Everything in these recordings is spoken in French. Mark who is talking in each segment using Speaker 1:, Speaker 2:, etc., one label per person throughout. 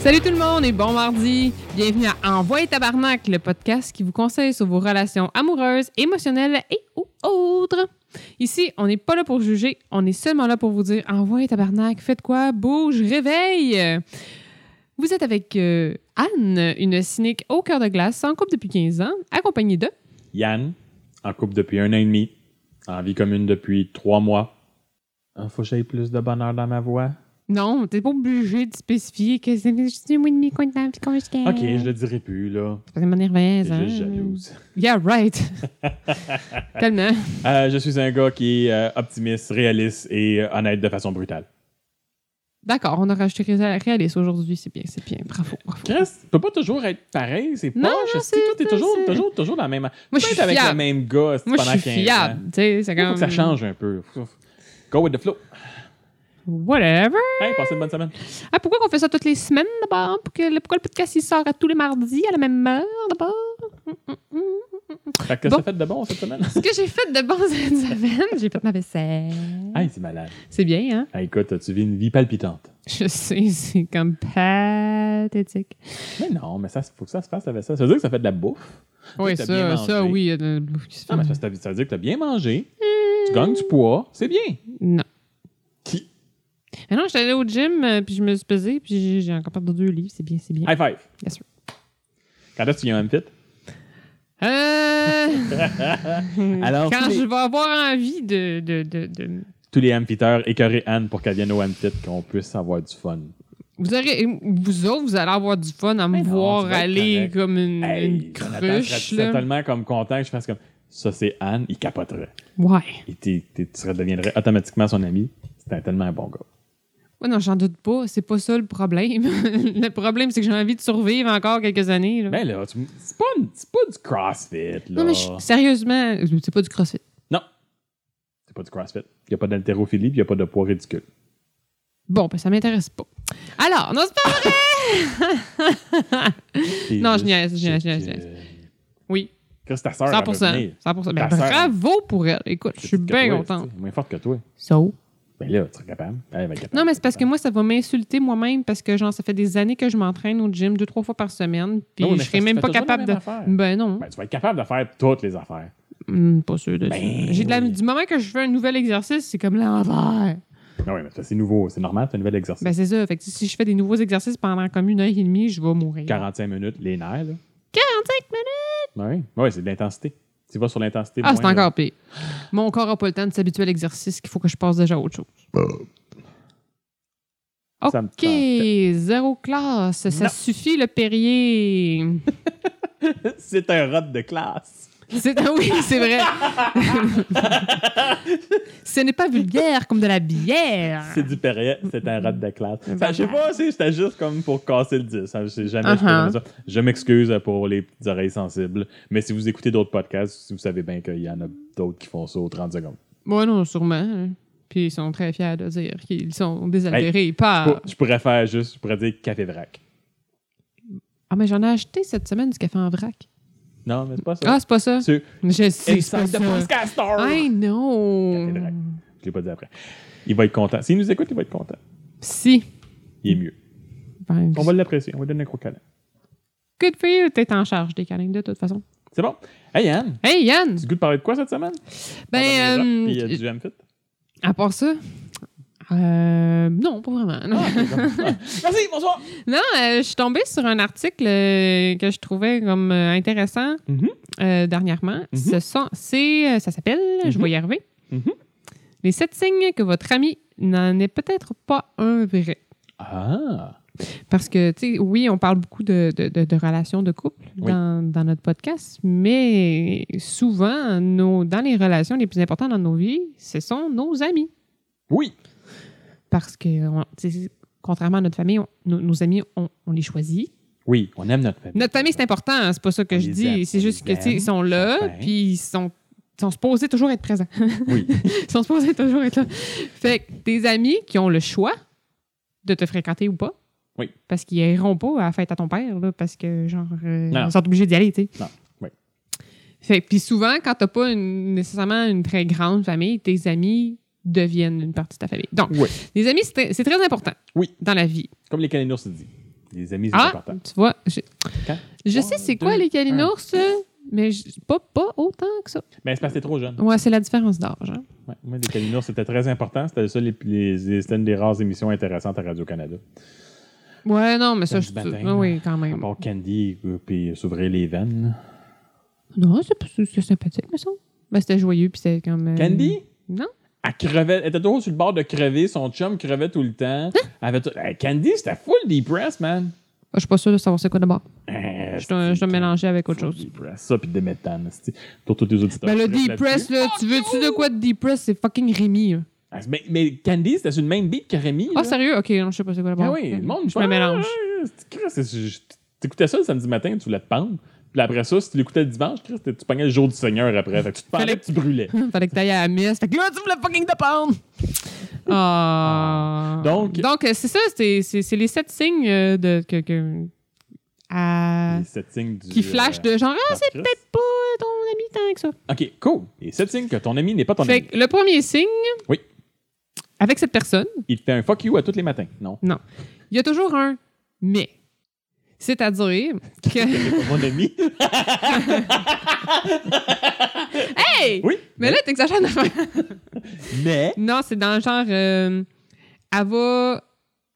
Speaker 1: Salut tout le monde et bon mardi! Bienvenue à Envoie Tabarnak, le podcast qui vous conseille sur vos relations amoureuses, émotionnelles et ou autres. Ici, on n'est pas là pour juger, on est seulement là pour vous dire Envoie Tabarnak, faites quoi, bouge, réveille! Vous êtes avec euh, Anne, une cynique au cœur de glace, en couple depuis 15 ans, accompagnée de.
Speaker 2: Yann, en couple depuis un an et demi, en vie commune depuis trois mois. Ah, faut que j'aie plus de bonheur dans ma voix.
Speaker 1: Non, t'es pas obligé de spécifier que c'est juste un mois et demi qu'on est dans la vie conjugale.
Speaker 2: Ok, je le dirai plus, là.
Speaker 1: C'est vraiment nerveuse,
Speaker 2: Je
Speaker 1: hein?
Speaker 2: suis jalouse.
Speaker 1: Yeah, right! Tellement.
Speaker 2: Euh, je suis un gars qui est euh, optimiste, réaliste et euh, honnête de façon brutale.
Speaker 1: D'accord, on a rajouté réal- réaliste aujourd'hui, c'est bien, c'est bien. Bravo, bravo.
Speaker 2: Chris, tu peux pas toujours être pareil, c'est
Speaker 1: Non,
Speaker 2: pas
Speaker 1: non,
Speaker 2: Tu
Speaker 1: c'est-
Speaker 2: es toujours,
Speaker 1: c'est-
Speaker 2: toujours, toujours dans la même.
Speaker 1: Moi, je
Speaker 2: Tu peux
Speaker 1: suis
Speaker 2: être avec
Speaker 1: fiable.
Speaker 2: le même gars c'est
Speaker 1: Moi,
Speaker 2: pendant
Speaker 1: je suis
Speaker 2: 15
Speaker 1: fiable.
Speaker 2: ans.
Speaker 1: Tu sais, c'est
Speaker 2: Il
Speaker 1: comme.
Speaker 2: faut que ça change un peu. Faut- faut- Go with the flow.
Speaker 1: Whatever.
Speaker 2: Hey, passez une bonne semaine.
Speaker 1: Ah, pourquoi qu'on fait ça toutes les semaines d'abord? Pour que le- Pourquoi le podcast il sort à tous les mardis à la même heure d'abord?
Speaker 2: Fait que qu'est-ce
Speaker 1: Bon.
Speaker 2: que t'as fait de bon cette semaine?
Speaker 1: Ce que j'ai fait de bon cette semaine, j'ai fait ma vaisselle.
Speaker 2: Hey, c'est malade.
Speaker 1: Ah. C'est bien, hein?
Speaker 2: Hey, écoute, tu vis une vie palpitante.
Speaker 1: Je sais, c'est comme pathétique.
Speaker 2: Mais non, mais ça, faut que ça se fasse avec ça. Ça veut dire que ça fait de la bouffe.
Speaker 1: Oui,
Speaker 2: t'as
Speaker 1: ça,
Speaker 2: bien
Speaker 1: ça,
Speaker 2: mangé.
Speaker 1: oui. il y a de la bouffe qui se fait.
Speaker 2: Non, mais ça, ça veut dire que t'as bien mangé, tu gagnes du poids, c'est bien.
Speaker 1: Non.
Speaker 2: Qui?
Speaker 1: Mais non, j'étais allée au gym, euh, puis je me suis pesée, puis j'ai- j'ai encore perdu deux livres. C'est bien, c'est bien.
Speaker 2: High five.
Speaker 1: Yes, sir.
Speaker 2: Quand est-ce que tu viens même fit? Ah.
Speaker 1: Euh...
Speaker 2: Alors,
Speaker 1: Mm. quand
Speaker 2: tous les-
Speaker 1: je vais avoir envie de. de, de, de-
Speaker 2: Tous les amphiteurs écœurez Anne pour qu'elle vienne au amphit, qu'on puisse avoir du fun.
Speaker 1: Vous, aurez, vous autres, vous allez avoir du fun à me
Speaker 2: Mais Ben non,
Speaker 1: voir
Speaker 2: tu vas être
Speaker 1: aller
Speaker 2: correct.
Speaker 1: comme une, une
Speaker 2: Jonathan
Speaker 1: cruche.
Speaker 2: serait
Speaker 1: Là.
Speaker 2: tellement comme content que je fasse comme ça, c'est Anne, il capoterait.
Speaker 1: Ouais.
Speaker 2: Et t'es- t'es- tu serais- deviendrais automatiquement son ami. C'est un tellement bon gars.
Speaker 1: Ouais, non, j'en doute pas. C'est pas ça le problème. le problème, c'est que j'ai envie de survivre encore quelques années. là.
Speaker 2: Mais là, tu- c'est pas, une- c'est pas du CrossFit, Ben là.
Speaker 1: non, mais je- sérieusement, c'est pas du crossfit.
Speaker 2: C'est pas du CrossFit. Il n'y a pas d'haltérophilie, puis il n'y a pas de poids ridicule.
Speaker 1: Bon, ben, ça m'intéresse pas. Alors, non, c'est pas vrai!
Speaker 2: T'es
Speaker 1: Non, je
Speaker 2: juste
Speaker 1: niaise, je niaise, je niaise, je
Speaker 2: chicken.
Speaker 1: Oui,
Speaker 2: Chris, ta sœur, elle va
Speaker 1: 100%.
Speaker 2: venir.
Speaker 1: 100%. Ben,
Speaker 2: Ta sœur.
Speaker 1: bravo pour elle. Écoute, je suis
Speaker 2: Plus petite que
Speaker 1: bien
Speaker 2: toi,
Speaker 1: contente.
Speaker 2: tu sais, Moins forte que toi.
Speaker 1: So?
Speaker 2: Ben là, tu serais capable. Elle va être capable.
Speaker 1: Non, mais c'est parce que moi, ça va m'insulter moi-même parce que, genre, ça fait des années que je m'entraîne au gym deux, trois fois par semaine. Puis
Speaker 2: Non, mais
Speaker 1: je
Speaker 2: ça,
Speaker 1: serais
Speaker 2: tu
Speaker 1: même
Speaker 2: fais
Speaker 1: pas
Speaker 2: toujours la
Speaker 1: capable de.
Speaker 2: même affaire.
Speaker 1: Ben non.
Speaker 2: Ben, tu vas être capable de faire toutes les affaires.
Speaker 1: Hmm, pas sûr de ça.
Speaker 2: Ben
Speaker 1: J'ai de la-
Speaker 2: oui.
Speaker 1: Du moment que je fais un nouvel exercice, c'est comme l'envers.
Speaker 2: Non, oui, Ben mais ça, c'est nouveau. C'est normal, c'est un nouvel exercice.
Speaker 1: Ben c'est ça. Fait que si je fais des nouveaux exercices pendant comme une heure et demie, je vais mourir.
Speaker 2: 45 minutes, les nerfs, là. Ben
Speaker 1: 45 minutes!
Speaker 2: Oui, ouais, c'est de l'intensité. Tu vas sur l'intensité.
Speaker 1: Ah, c'est
Speaker 2: moins, là.
Speaker 1: encore pire. Mon corps n'a pas le temps de s'habituer à l'exercice qu'il faut que je passe déjà à autre chose.
Speaker 2: Ah. Ça me
Speaker 1: OK, zéro classe. Ça
Speaker 2: Non.
Speaker 1: suffit, le Perrier.
Speaker 2: c'est un rot de classe.
Speaker 1: C'est ah oui, c'est vrai. Ce n'est pas vulgaire comme de la bière.
Speaker 2: C'est du période, c'est un rot de classe.
Speaker 1: Voilà.
Speaker 2: Ça, je sais pas, c'est- c'était juste comme pour casser le 10. Ça, je sais jamais, je
Speaker 1: Uh-huh.
Speaker 2: fais jamais ça. Je m'excuse pour les petites oreilles sensibles, mais si vous écoutez d'autres podcasts, vous savez bien qu'il y en a d'autres qui font ça aux 30 secondes.
Speaker 1: Moi, non, sûrement. hein. Puis ils sont très fiers de dire qu'ils sont désaltérés
Speaker 2: Je
Speaker 1: par.
Speaker 2: pour- Je pourrais faire juste, je pourrais dire café vrac.
Speaker 1: Ah, mais j'en ai acheté cette semaine du café en vrac.
Speaker 2: Non, mais c'est pas ça.
Speaker 1: Ah, c'est pas ça.
Speaker 2: C'est
Speaker 1: Je sais. C'est pas
Speaker 2: Inside the
Speaker 1: ça.
Speaker 2: Podcaster!
Speaker 1: I know.
Speaker 2: Café vrac. Je l'ai pas dit après. Il va être content. S'il nous écoute, il va être content.
Speaker 1: Si.
Speaker 2: Il est mieux.
Speaker 1: Ben,
Speaker 2: On va l'apprécier. On va lui donner un gros câlin.
Speaker 1: Good for you. T'es en charge des câlins, de toute façon.
Speaker 2: C'est bon. Hey, Anne,
Speaker 1: Hey, Yann.
Speaker 2: tu goûtes parler de quoi cette semaine?
Speaker 1: Ben,
Speaker 2: Pardon,
Speaker 1: euh,
Speaker 2: les gens, puis, euh, du MFIT.
Speaker 1: à part ça. euh, non, pas vraiment.
Speaker 2: Ah,
Speaker 1: non.
Speaker 2: Merci, bonsoir.
Speaker 1: Non, euh, je suis tombée sur un article euh, que je trouvais comme euh, intéressant
Speaker 2: Mhm.
Speaker 1: euh, dernièrement.
Speaker 2: Mhm.
Speaker 1: Ce sont- c'est, euh, ça s'appelle, je
Speaker 2: Mhm.
Speaker 1: vais y arriver,
Speaker 2: Mhm.
Speaker 1: les sept signes que votre ami n'en est peut-être pas un vrai.
Speaker 2: Ah,
Speaker 1: Parce que, tu sais, oui, on parle beaucoup de, de- de- de relations de couple
Speaker 2: Oui.
Speaker 1: dans, dans notre podcast, mais souvent, nos, dans les relations les plus importantes dans nos vies, ce sont nos amis.
Speaker 2: oui.
Speaker 1: Parce que, on- tu sais, contrairement à notre famille, on- nos, nos amis, on- on les choisit.
Speaker 2: Oui, on aime notre famille.
Speaker 1: Notre famille, c'est important, hein, c'est pas ça que
Speaker 2: On
Speaker 1: je
Speaker 2: les
Speaker 1: dis.
Speaker 2: aime,
Speaker 1: C'est
Speaker 2: on
Speaker 1: juste que,
Speaker 2: les
Speaker 1: tu sais,
Speaker 2: aime,
Speaker 1: ils sont là,
Speaker 2: sont fins.
Speaker 1: puis ils sont, ils sont supposés toujours être présents.
Speaker 2: Oui.
Speaker 1: ils sont supposés toujours être là. Fait que tes amis qui ont le choix de te fréquenter ou pas,
Speaker 2: Oui.
Speaker 1: parce qu'ils iront pas à la fête à ton père, là, parce que, genre, euh,
Speaker 2: Non.
Speaker 1: ils sont obligés d'y aller, tu sais.
Speaker 2: Non, oui.
Speaker 1: Fait que, puis souvent, quand t'as pas une- nécessairement une très grande famille, tes amis deviennent une partie de ta famille. Donc,
Speaker 2: Oui.
Speaker 1: les amis, c'est c'est très important
Speaker 2: Oui.
Speaker 1: dans la vie.
Speaker 2: Comme les calénours se disent. Les amis, c'est
Speaker 1: Ah,
Speaker 2: important.
Speaker 1: tu vois, je,
Speaker 2: Quatre,
Speaker 1: je
Speaker 2: trois,
Speaker 1: sais c'est
Speaker 2: deux,
Speaker 1: quoi les calinours, là, mais je- pas, pas autant que ça.
Speaker 2: Ben, c'est parce que t'es trop jeune.
Speaker 1: Ouais, c'est la différence d'âge. hein.
Speaker 2: Ouais. Moi, les Calinours, c'était très important. C'était ça, les, les, les- c'était une des rares émissions intéressantes à Radio-Canada.
Speaker 1: Ouais, non, mais ça,
Speaker 2: Comme
Speaker 1: je.
Speaker 2: du baptême,
Speaker 1: ah oui, quand
Speaker 2: À
Speaker 1: même.
Speaker 2: part Candy, euh, puis s'ouvrir les veines.
Speaker 1: Non, c'est pas- c'est c'est sympathique, mais ça. Ben, c'était joyeux, puis c'était comme. euh,
Speaker 2: Candy?
Speaker 1: Non. Ah,
Speaker 2: Elle crevait. Elle était toujours sur le bord de crever. Son chum crevait tout le
Speaker 1: Hein?
Speaker 2: temps. Elle avait tout- Hey, Candy, c'était full depressed, man.
Speaker 1: Je suis pas sûre de savoir c'est quoi d'abord.
Speaker 2: Eh,
Speaker 1: Je dois je dois mélanger avec autre
Speaker 2: full
Speaker 1: chose.
Speaker 2: depressed. Ça, puis des méthanes. c'est- Pour tous tes auditeurs.
Speaker 1: Ben, le
Speaker 2: je reste
Speaker 1: Depress,
Speaker 2: là-dessus.
Speaker 1: là, tu veux-tu de quoi de Depress? C'est fucking Rémi. là.
Speaker 2: Ah, c'est- Mais, mais Candy, c'était sur le même beat que Rémi.
Speaker 1: Ah,
Speaker 2: là.
Speaker 1: sérieux? Ok, non, je sais pas c'est quoi d'abord.
Speaker 2: Ah oui, le monde.
Speaker 1: Je me mélange.
Speaker 2: Ah, c'est- Chris, c'est- je- T'écoutais ça le samedi matin, tu voulais te pendre. Puis après ça, si tu l'écoutais le dimanche, Chris, tu pognais le jour du Seigneur après. Fait que tu te pendais,
Speaker 1: Fallait-
Speaker 2: puis tu brûlais.
Speaker 1: Fallait que t'ailles à la messe. Fait que là, tu voulais fucking te pendre! Ah.
Speaker 2: Donc-
Speaker 1: Donc, euh, c'est ça, c'est- c'est c'est les sept signes euh, de, que, que- à-
Speaker 2: Les sept signes du. euh,
Speaker 1: qui flashent de genre, ah, c'est
Speaker 2: Chris.
Speaker 1: peut-être pas ton ami tant que ça.
Speaker 2: OK, cool. Et sept signes que ton ami n'est pas ton
Speaker 1: Fait
Speaker 2: ami.
Speaker 1: que le premier signe,
Speaker 2: Oui.
Speaker 1: avec cette personne,
Speaker 2: Il te fait un fuck you à tous les matins. Non.
Speaker 1: il y a toujours un mais. C'est-à-dire que.
Speaker 2: C'est pas mon ami.
Speaker 1: hey!
Speaker 2: Oui.
Speaker 1: Mais là, t'exagères de
Speaker 2: Mais.
Speaker 1: Non, c'est dans le genre. euh, elle, va,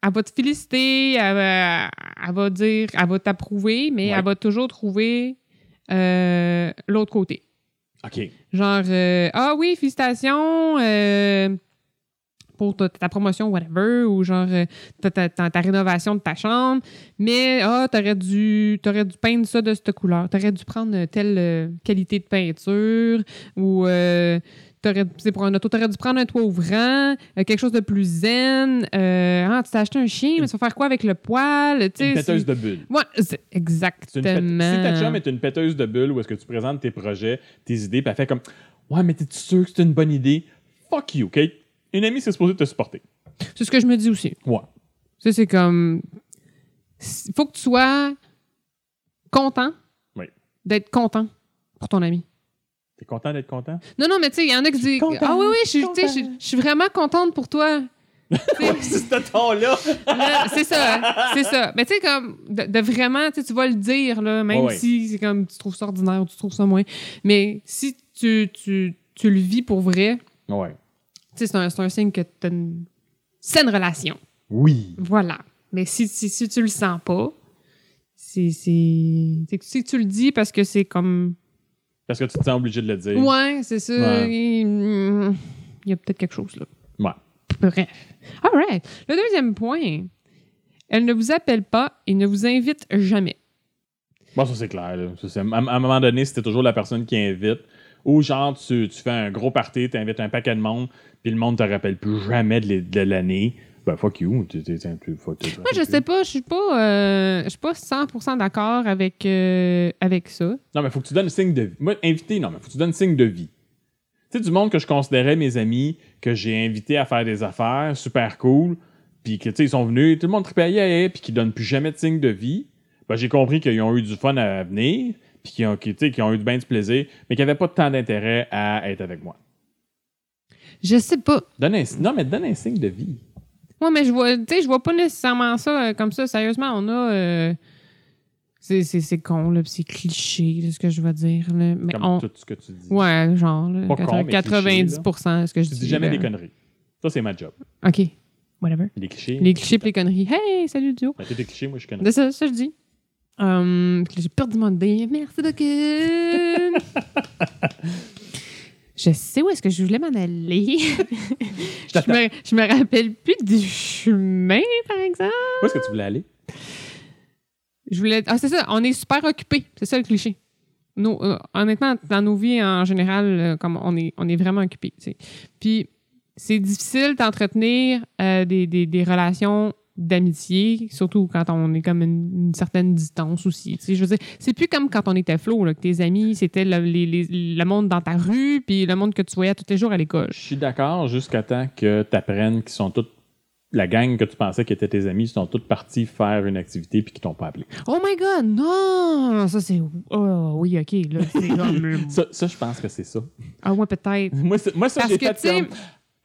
Speaker 1: elle va te féliciter, elle va, elle va dire, elle va t'approuver, mais
Speaker 2: Ouais.
Speaker 1: elle va toujours trouver euh, l'autre côté.
Speaker 2: OK.
Speaker 1: Genre, euh, ah oui, félicitations euh, pour ta, ta promotion, whatever, ou genre euh, ta, ta- ta- ta rénovation de ta chambre, mais ah, t'aurais dû, t'aurais dû peindre ça de cette couleur, t'aurais dû prendre euh, telle euh, qualité de peinture, ou euh, t'aurais- c'est pour un auto, t'aurais dû prendre un toit ouvrant, euh, quelque chose de plus zen, euh, ah, tu t'es acheté un chien, mais tu vas faire quoi avec le poil, tu
Speaker 2: Une
Speaker 1: sais.
Speaker 2: péteuse
Speaker 1: c'est-
Speaker 2: de bulles.
Speaker 1: Ouais, c'est-
Speaker 2: C'est une pét-
Speaker 1: exactement.
Speaker 2: Si ta chum est une péteuse de bulles où est-ce que tu présentes tes projets, tes idées, puis elle fait comme Ouais, mais t'es sûr que c'est une bonne idée? Fuck you, OK? Une amie, c'est supposé te supporter.
Speaker 1: C'est ce que je me dis aussi.
Speaker 2: Ouais.
Speaker 1: Ça, c'est comme. Il faut que tu sois content
Speaker 2: Oui.
Speaker 1: d'être content pour ton ami.
Speaker 2: T'es content d'être content?
Speaker 1: Non, non, mais tu sais, il y en a qui disent
Speaker 2: contente,
Speaker 1: Ah oui, oui, je suis- tu sais, je
Speaker 2: contente.
Speaker 1: je suis vraiment contente pour toi. Tu sais,
Speaker 2: C'est ce ton-là!
Speaker 1: là, c'est ça, hein, c'est ça. Mais tu sais, comme, de, de vraiment, tu sais, tu vas le dire, là, même
Speaker 2: Ouais, ouais.
Speaker 1: si c'est comme tu trouves ça ordinaire ou tu trouves ça moins. Mais si tu, tu, tu le vis pour vrai,
Speaker 2: Ouais.
Speaker 1: tu sais, c'est un, c'est un signe que tu as une saine relation.
Speaker 2: Oui.
Speaker 1: Voilà. Mais si, si, si tu le sens pas, c'est. c'est- c'est que Si tu le dis parce que c'est comme.
Speaker 2: Parce que tu te sens obligé de le dire.
Speaker 1: Ouais, c'est ça.
Speaker 2: Ouais.
Speaker 1: Il mm, il y a peut-être quelque chose là.
Speaker 2: Ouais.
Speaker 1: Bref. All right. Le deuxième point. Elle ne vous appelle pas et ne vous invite jamais.
Speaker 2: Bon, ça, c'est clair. là. Ça, c'est- à, à un moment donné, c'était toujours la personne qui invite. Ou genre, tu, tu fais un gros party, tu invites un paquet de monde, puis le monde te rappelle plus jamais de, l'é- de l'année. Ben, fuck you. T'es- t'es- t'es- t'es- fuck- t'es-
Speaker 1: Moi, je sais pas, je suis pas, euh, je suis pas 100% d'accord avec, euh, avec ça.
Speaker 2: Non, mais faut que tu donnes signe de vie. Moi, invité, non, mais faut que tu donnes signe de vie. Tu sais, du monde que je considérais mes amis, que j'ai invité à faire des affaires, super cool, puis que, tu sais, ils sont venus, tout le monde tripait, yeah, yeah, puis qu'ils donnent plus jamais de signe de vie. Ben, j'ai compris qu'ils ont eu du fun à venir, puis qu'ils ont, qu'ils, tu sais, qu'ils ont eu du bien du plaisir, mais qu'ils n'avaient pas tant d'intérêt à être avec moi.
Speaker 1: Je sais pas.
Speaker 2: Donne un, non, mais donne un signe de vie.
Speaker 1: Ouais, mais je vois, tu sais, je vois pas nécessairement ça euh, comme ça. Sérieusement, on a. euh, c'est- c'est c'est con, là, pis c'est cliché, là, ce que je veux dire. là. Mais
Speaker 2: Comme
Speaker 1: on.
Speaker 2: tout ce que tu dis.
Speaker 1: Ouais, genre, là,
Speaker 2: Pas
Speaker 1: 80-
Speaker 2: con, mais
Speaker 1: 90 de ce que je
Speaker 2: Tu
Speaker 1: dis.
Speaker 2: dis jamais
Speaker 1: là.
Speaker 2: des conneries. Ça, c'est ma job.
Speaker 1: OK. Whatever.
Speaker 2: Les clichés.
Speaker 1: Les clichés pis les conneries. Hey, salut, duo.
Speaker 2: Ben, t'es des clichés, moi, je suis connerie.
Speaker 1: De ça, ça, je dis. Hum, que j'ai perdu mon dé. Merci, Dokken. je sais où est-ce que je voulais m'en aller. je,
Speaker 2: t'attends.
Speaker 1: me, je me rappelle plus du chemin, par exemple.
Speaker 2: Où est-ce que tu voulais aller?
Speaker 1: Je voulais. Ah, c'est ça, on est super occupé. C'est ça le cliché. Nos- euh, honnêtement, dans nos vies en général, euh, comme on est, on est vraiment occupé. tu sais. Puis c'est difficile d'entretenir euh, des, des- des relations d'amitié, surtout quand on est comme une, une certaine distance aussi. tu sais. Je veux dire, c'est plus comme quand on était flot, là, que tes amis, c'était le, les- les- le monde dans ta rue, puis le monde que tu voyais tous les jours à l'école.
Speaker 2: Je suis d'accord jusqu'à temps que tu apprennes qu'ils sont toutes. La gang que tu pensais qui étaient tes amis, ils sont toutes partis faire une activité puis qu'ils t'ont pas appelé.
Speaker 1: Oh my god, non! Ça, c'est. Oh oui, ok, là, c'est comme.
Speaker 2: Ça, ça, je pense que c'est ça.
Speaker 1: Ah ouais, peut-être.
Speaker 2: Moi, c'est- moi ça,
Speaker 1: Parce
Speaker 2: j'ai
Speaker 1: que,
Speaker 2: fait
Speaker 1: tu sais-
Speaker 2: comme.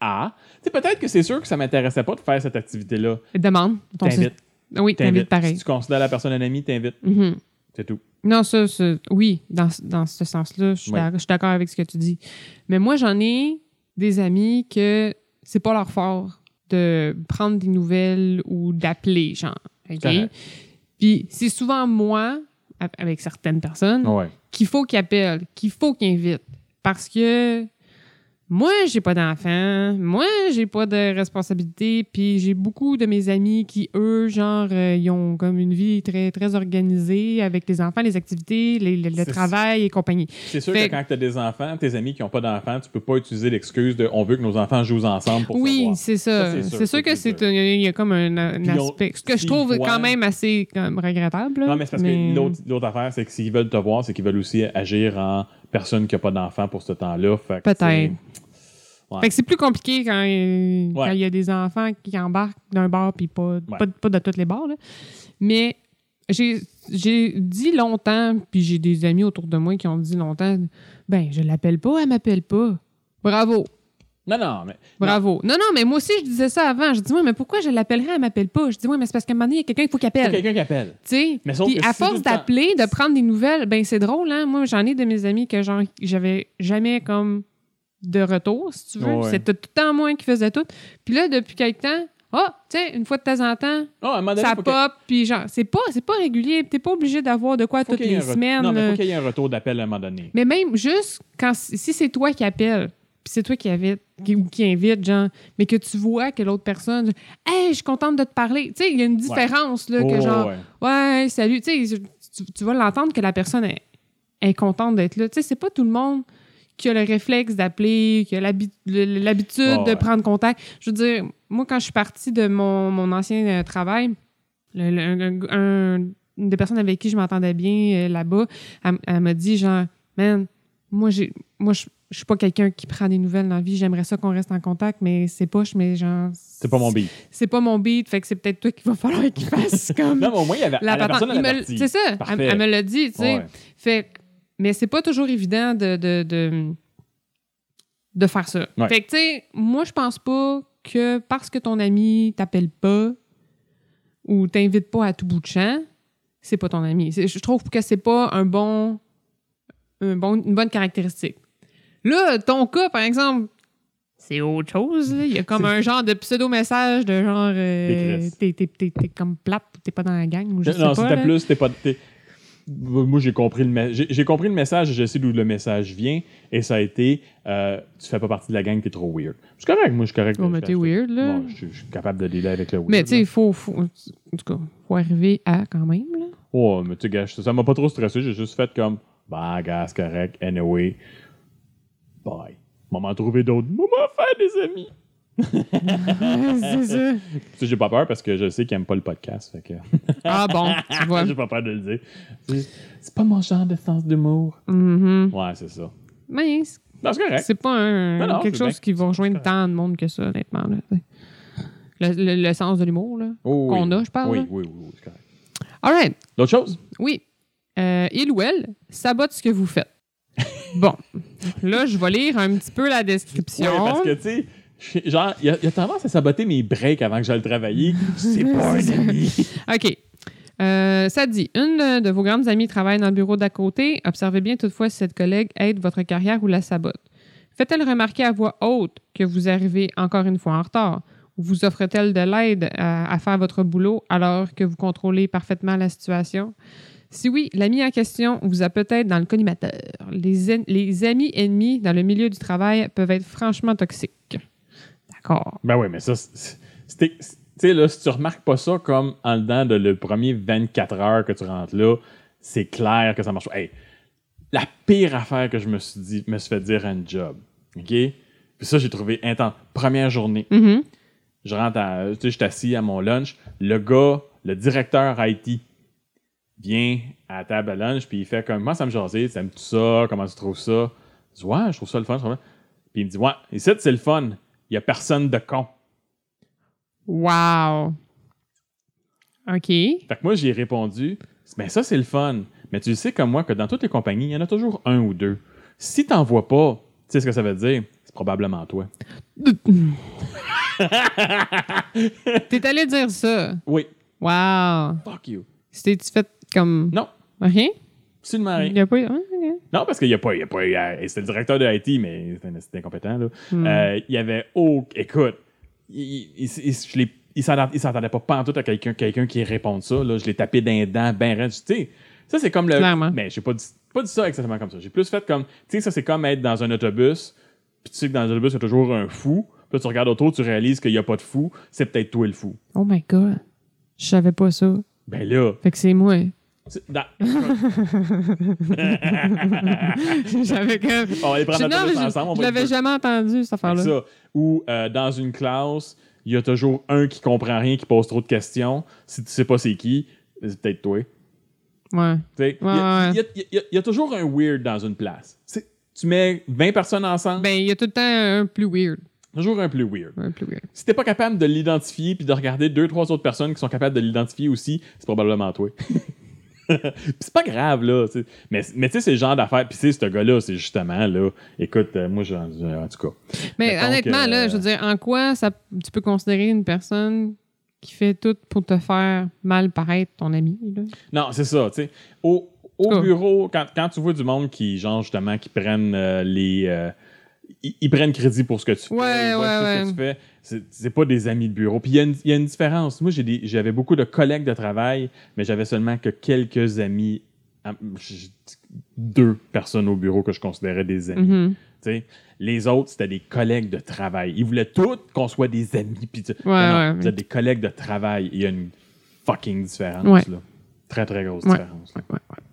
Speaker 2: Ah, tu sais, peut-être que c'est sûr que ça m'intéressait pas de faire cette activité-là.
Speaker 1: Demande. Ton-
Speaker 2: T'invites.
Speaker 1: Oui, t'invites
Speaker 2: T'invites.
Speaker 1: pareil.
Speaker 2: Si tu considères la personne un ami, t'invites.
Speaker 1: Mhm.
Speaker 2: C'est tout.
Speaker 1: Non, ça, ça- oui, dans, ce- dans ce sens-là, je suis
Speaker 2: Ouais.
Speaker 1: d'ac- je suis d'accord avec ce que tu dis. Mais moi, j'en ai des amis que c'est pas leur fort de prendre des nouvelles ou d'appeler, genre. OK?
Speaker 2: Correct.
Speaker 1: Puis c'est souvent moi, a- avec certaines personnes,
Speaker 2: Ouais.
Speaker 1: qu'il faut qu'ils appellent, qu'il faut qu'ils invitent. Parce que moi, j'ai pas d'enfants, moi, j'ai pas de responsabilité, puis j'ai beaucoup de mes amis qui, eux, genre, euh, ils ont comme une vie très, très organisée avec les enfants, les activités, les- le, le
Speaker 2: C'est-
Speaker 1: travail et compagnie.
Speaker 2: C'est sûr
Speaker 1: Fait-
Speaker 2: que quand tu as des enfants, tes amis qui n'ont pas d'enfants, tu peux pas utiliser l'excuse de on veut que nos enfants jouent ensemble pour
Speaker 1: Oui,
Speaker 2: savoir.
Speaker 1: c'est ça.
Speaker 2: Ça, c'est
Speaker 1: C'est
Speaker 2: sûr,
Speaker 1: sûr
Speaker 2: c'est
Speaker 1: que
Speaker 2: plus
Speaker 1: c'est
Speaker 2: dur.
Speaker 1: un- il y a comme un, un
Speaker 2: Puis on-
Speaker 1: aspect, ce que je
Speaker 2: s'ils
Speaker 1: trouve
Speaker 2: voient-
Speaker 1: quand même assez comme, regrettable. là,
Speaker 2: Non, mais c'est parce
Speaker 1: mais-
Speaker 2: que l'autre- l'autre affaire, c'est que s'ils veulent te voir, c'est qu'ils veulent aussi agir en personne qui n'a pas d'enfant pour ce temps-là. Fait que
Speaker 1: Peut-être.
Speaker 2: c'est- Ouais.
Speaker 1: Fait que c'est plus compliqué quand euh, quand il
Speaker 2: Ouais.
Speaker 1: y a des enfants qui embarquent d'un bar puis pas, pas, pas de tous les bars. là. Mais j'ai j'ai dit longtemps, puis j'ai des amis autour de moi qui ont dit longtemps ben, je l'appelle pas, elle m'appelle pas. Bravo,
Speaker 2: Non, non, mais.
Speaker 1: bravo. Non. non, mais moi aussi, je disais ça avant. Je dis, oui, mais pourquoi je l'appellerais, elle m'appelle pas? Je dis, oui, mais c'est parce qu'à un moment donné, il y a quelqu'un qu'il faut qu'il
Speaker 2: Il y a
Speaker 1: appelle.
Speaker 2: quelqu'un qui appelle.
Speaker 1: Tu sais,
Speaker 2: Mais sauf
Speaker 1: puis
Speaker 2: que
Speaker 1: à
Speaker 2: si tout
Speaker 1: force
Speaker 2: le temps-
Speaker 1: d'appeler, de prendre des nouvelles, ben c'est drôle, hein? Moi, j'en ai de mes amis que genre, j'avais jamais comme de retour, si tu veux.
Speaker 2: Ouais.
Speaker 1: C'était tout le temps moi qui faisais tout. Puis là, depuis quelque temps, oh, tiens, une fois de temps en temps,
Speaker 2: Ah, à un moment donné,
Speaker 1: ça
Speaker 2: faut
Speaker 1: pop,
Speaker 2: qu'il-
Speaker 1: puis genre, c'est pas, c'est pas régulier. T'es pas obligé d'avoir de quoi
Speaker 2: faut
Speaker 1: toutes
Speaker 2: qu'il y ait
Speaker 1: les
Speaker 2: un re-
Speaker 1: semaines.
Speaker 2: Non, mais
Speaker 1: euh,
Speaker 2: faut qu'il y ait un retour d'appel à un moment donné.
Speaker 1: mais même juste quand si c'est toi qui appelles, puis c'est toi qui invite, qui, ou qui invite, genre, mais que tu vois que l'autre personne, hey, je suis contente de te parler. Tu sais, il y a une différence là que
Speaker 2: Oh,
Speaker 1: genre,
Speaker 2: ouais.
Speaker 1: ouais, salut, tu sais, tu, tu vas l'entendre que la personne est, est contente d'être là. Tu sais, c'est pas tout le monde qui a le réflexe d'appeler, qui a l'habi- le- l'habitude
Speaker 2: Ah
Speaker 1: de
Speaker 2: ouais.
Speaker 1: prendre contact. Je veux dire, moi, quand je suis partie de mon, mon ancien euh, travail, le- le- un- un- une des personnes avec qui je m'entendais bien euh, là-bas, elle, m- elle m'a dit genre, man, moi, j'ai, moi, je je suis pas quelqu'un qui prend des nouvelles dans la vie. J'aimerais ça qu'on reste en contact, mais c'est poche, mais genre,
Speaker 2: C'est pas mon beat.
Speaker 1: c'est pas mon beat. Fait que c'est peut-être toi qu'il va falloir qu'il fasse comme
Speaker 2: Non, mais au moins, il y avait.
Speaker 1: la
Speaker 2: La,
Speaker 1: patente-
Speaker 2: personne
Speaker 1: il
Speaker 2: avait
Speaker 1: me l-
Speaker 2: parti.
Speaker 1: C'est ça, elle,
Speaker 2: Parfait.
Speaker 1: elle me l'a dit, tu sais.
Speaker 2: Ouais.
Speaker 1: Fait que- mais c'est pas toujours évident de, de, de, de faire ça.
Speaker 2: Ouais.
Speaker 1: Fait que, tu sais, moi, je pense pas que parce que ton ami t'appelle pas ou t'invite pas à tout bout de champ, c'est pas ton ami. C'est- Je trouve que c'est pas un bon, un bon, une bonne caractéristique. Là, ton cas, par exemple, c'est autre chose. là. Il y a comme un genre de pseudo-message de genre euh,
Speaker 2: Dégueulasse.
Speaker 1: t'es t'es- t'es- t'es comme plate, t'es pas dans la gang ou je sais
Speaker 2: non,
Speaker 1: pas.
Speaker 2: c'était
Speaker 1: là.
Speaker 2: plus, c'était pas. t'es- Moi, j'ai compris, le me- j'ai j'ai compris le message, je sais d'où le message vient, et ça a été euh, tu fais pas partie de la gang, t'es trop weird. C'est correct, moi, je suis correct.
Speaker 1: Oh, mais
Speaker 2: Je-
Speaker 1: t'es
Speaker 2: je-
Speaker 1: weird, là.
Speaker 2: Bon, je suis- je suis capable de dealer avec le weird.
Speaker 1: Mais tu sais,
Speaker 2: là.
Speaker 1: il faut, faut- En tout cas, faut arriver à quand même. Là.
Speaker 2: Oh, mais tu gâches ça. Ça m'a pas trop stressé, j'ai juste fait comme Bah, gars, c'est correct, anyway. Bye. Maman a trouvé d'autres. Maman a fait des amis.
Speaker 1: c'est ça.
Speaker 2: Tu sais, j'ai pas peur parce que je sais qu'ils aiment pas le podcast. Fait que...
Speaker 1: Ah bon, tu vois.
Speaker 2: j'ai pas peur de le dire. C'est- C'est pas mon genre de sens d'humour.
Speaker 1: Mhm.
Speaker 2: Ouais, c'est ça.
Speaker 1: Mais c'est-
Speaker 2: Non, c'est correct.
Speaker 1: c'est pas un,
Speaker 2: Non, non,
Speaker 1: quelque
Speaker 2: c'est
Speaker 1: chose
Speaker 2: bien.
Speaker 1: qui va rejoindre tant de monde que ça, honnêtement. là, tu sais. Le, le- le sens de l'humour, là.
Speaker 2: Oh,
Speaker 1: qu'on a, je parle,
Speaker 2: Oui,
Speaker 1: là.
Speaker 2: oui, oui, oui, c'est correct.
Speaker 1: All right.
Speaker 2: D'autres choses?
Speaker 1: Oui. Euh, il ou elle sabote ce que vous faites. Bon. Là, je vais lire un petit peu la description.
Speaker 2: Oui, parce que, tu sais, je- genre, il y, a- il y a tendance à saboter mes breaks avant que j'aille travailler. C'est pas un ami.
Speaker 1: OK. Euh, ça dit, une de- de vos grandes amies travaille dans le bureau d'à côté. Observez bien toutefois si cette collègue aide votre carrière ou la sabote. Fait-elle remarquer à voix haute que vous arrivez encore une fois en retard? Ou vous offre-t-elle de l'aide à, à faire votre boulot alors que vous contrôlez parfaitement la situation? Si oui, l'ami en question vous a peut-être dans le collimateur. Les, en- les amis ennemis dans le milieu du travail peuvent être franchement toxiques. D'accord.
Speaker 2: Ben oui, mais ça, c'est- c'était. c'est- Tu sais, là, si tu remarques pas ça comme en dedans de le premier 24 heures que tu rentres là, c'est clair que ça marche pas. Hey, la pire affaire que je me suis dit, me suis fait dire à un job, OK? Puis ça, j'ai trouvé intense. Première journée,
Speaker 1: Mhm.
Speaker 2: je rentre à. Tu sais, je suis assis à mon lunch. Le gars, le directeur IT, vient à la table à lunch, puis il fait comme. Comment ça me jaser? T'aimes tout ça? Comment tu trouves ça? Je dis, ouais, je trouve ça le fun. je trouve ça le fun. Puis il me dit, ouais, ici, c'est le fun. Il y a personne de con.
Speaker 1: Wow. OK.
Speaker 2: Fait que moi, j'ai répondu, ben ça, c'est le fun. Mais tu le sais comme moi que dans toutes les compagnies, il y en a toujours un ou deux. Si t'en vois pas, tu sais ce que ça veut dire? C'est probablement toi.
Speaker 1: T'es allé dire ça.
Speaker 2: Oui.
Speaker 1: Wow!
Speaker 2: Fuck you.
Speaker 1: C'était-tu fait comme.
Speaker 2: Non,
Speaker 1: Rien?
Speaker 2: absolument rien.
Speaker 1: Il n'y a pas. eu- Ah, ok.
Speaker 2: Non, parce qu'il n'y a pas. il Y a pas euh, et c'était le directeur de Haïti, mais c'était un- c'était incompétent. Là.
Speaker 1: Hmm.
Speaker 2: Euh, il y avait. Oh, écoute, il, il, il- je l'ai- il s'entend- il s'entendait pas pantoute à quelqu'un quelqu'un qui réponde ça. Là. Je l'ai tapé d'un dent, ben raide. Tu sais, ça, c'est comme le.
Speaker 1: Clairement.
Speaker 2: Mais j'ai pas dit, pas dit ça exactement comme ça. J'ai plus fait comme. Tu sais, ça, c'est comme être dans un autobus. Puis tu sais que dans un autobus, il y a toujours un fou. Puis là, tu regardes autour, tu réalises qu'il n'y a pas de fou. C'est peut-être toi le fou.
Speaker 1: Oh my god! Je savais pas ça.
Speaker 2: Ben là.
Speaker 1: Fait que c'est moi.
Speaker 2: tu- dans-
Speaker 1: J'avais comme.
Speaker 2: on va aller prendre
Speaker 1: Je- non, mais
Speaker 2: l'autobus
Speaker 1: je-
Speaker 2: ensemble. on
Speaker 1: je
Speaker 2: va être
Speaker 1: l'avais
Speaker 2: deux.
Speaker 1: jamais entendu, cette
Speaker 2: Fait que
Speaker 1: affaire-là.
Speaker 2: ça. Ou euh, dans une classe, il y a toujours un qui comprend rien, qui pose trop de questions. Si tu sais pas c'est qui, c'est peut-être toi.
Speaker 1: Ouais.
Speaker 2: Tu sais, Il y, a-
Speaker 1: Ouais, ouais.
Speaker 2: il y a- il y a- il y a toujours un weird dans une place. C'est- Tu mets 20 personnes ensemble,
Speaker 1: Ben, il y a tout le temps un plus weird.
Speaker 2: toujours un plus weird.
Speaker 1: Un plus weird.
Speaker 2: Si t'es pas capable de l'identifier puis de regarder deux, trois autres personnes qui sont capables de l'identifier aussi, c'est probablement toi. Puis c'est pas grave, là. tu sais. Mais, mais tu sais, c'est le genre d'affaires. Puis tu sais, ce gars-là, c'est justement, là. Écoute, euh, moi, j'en- en tout cas.
Speaker 1: Mais
Speaker 2: Mettons
Speaker 1: honnêtement,
Speaker 2: que-
Speaker 1: là, je veux dire, en quoi ça, tu peux considérer une personne qui fait tout pour te faire mal paraître ton ami? Là?
Speaker 2: Non, c'est ça, tu sais. Au, au
Speaker 1: Cool.
Speaker 2: bureau, quand, quand tu vois du monde qui, genre, justement, qui prennent euh, les. euh, ils ils prennent crédit pour ce que tu fais.
Speaker 1: Ouais,
Speaker 2: ils voient
Speaker 1: ouais,
Speaker 2: tout ce
Speaker 1: ouais.
Speaker 2: que tu fais. C'est- C'est pas des amis de bureau. Puis il y, a une- il y a une différence. Moi, j'ai des- j'avais beaucoup de collègues de travail, mais j'avais seulement que quelques amis. à- j- Deux personnes au bureau que je considérais des amis.
Speaker 1: Mhm.
Speaker 2: tu sais. Les autres, c'était des collègues de travail. Ils voulaient tous qu'on soit des amis. Puis tu-
Speaker 1: Ouais,
Speaker 2: Non, non,
Speaker 1: ouais,
Speaker 2: vous
Speaker 1: mais-
Speaker 2: êtes des collègues de travail. Il y a une fucking différence.
Speaker 1: Ouais.
Speaker 2: Là. Très, très grosse
Speaker 1: Ouais.
Speaker 2: différence. là.
Speaker 1: Ouais, ouais, ouais.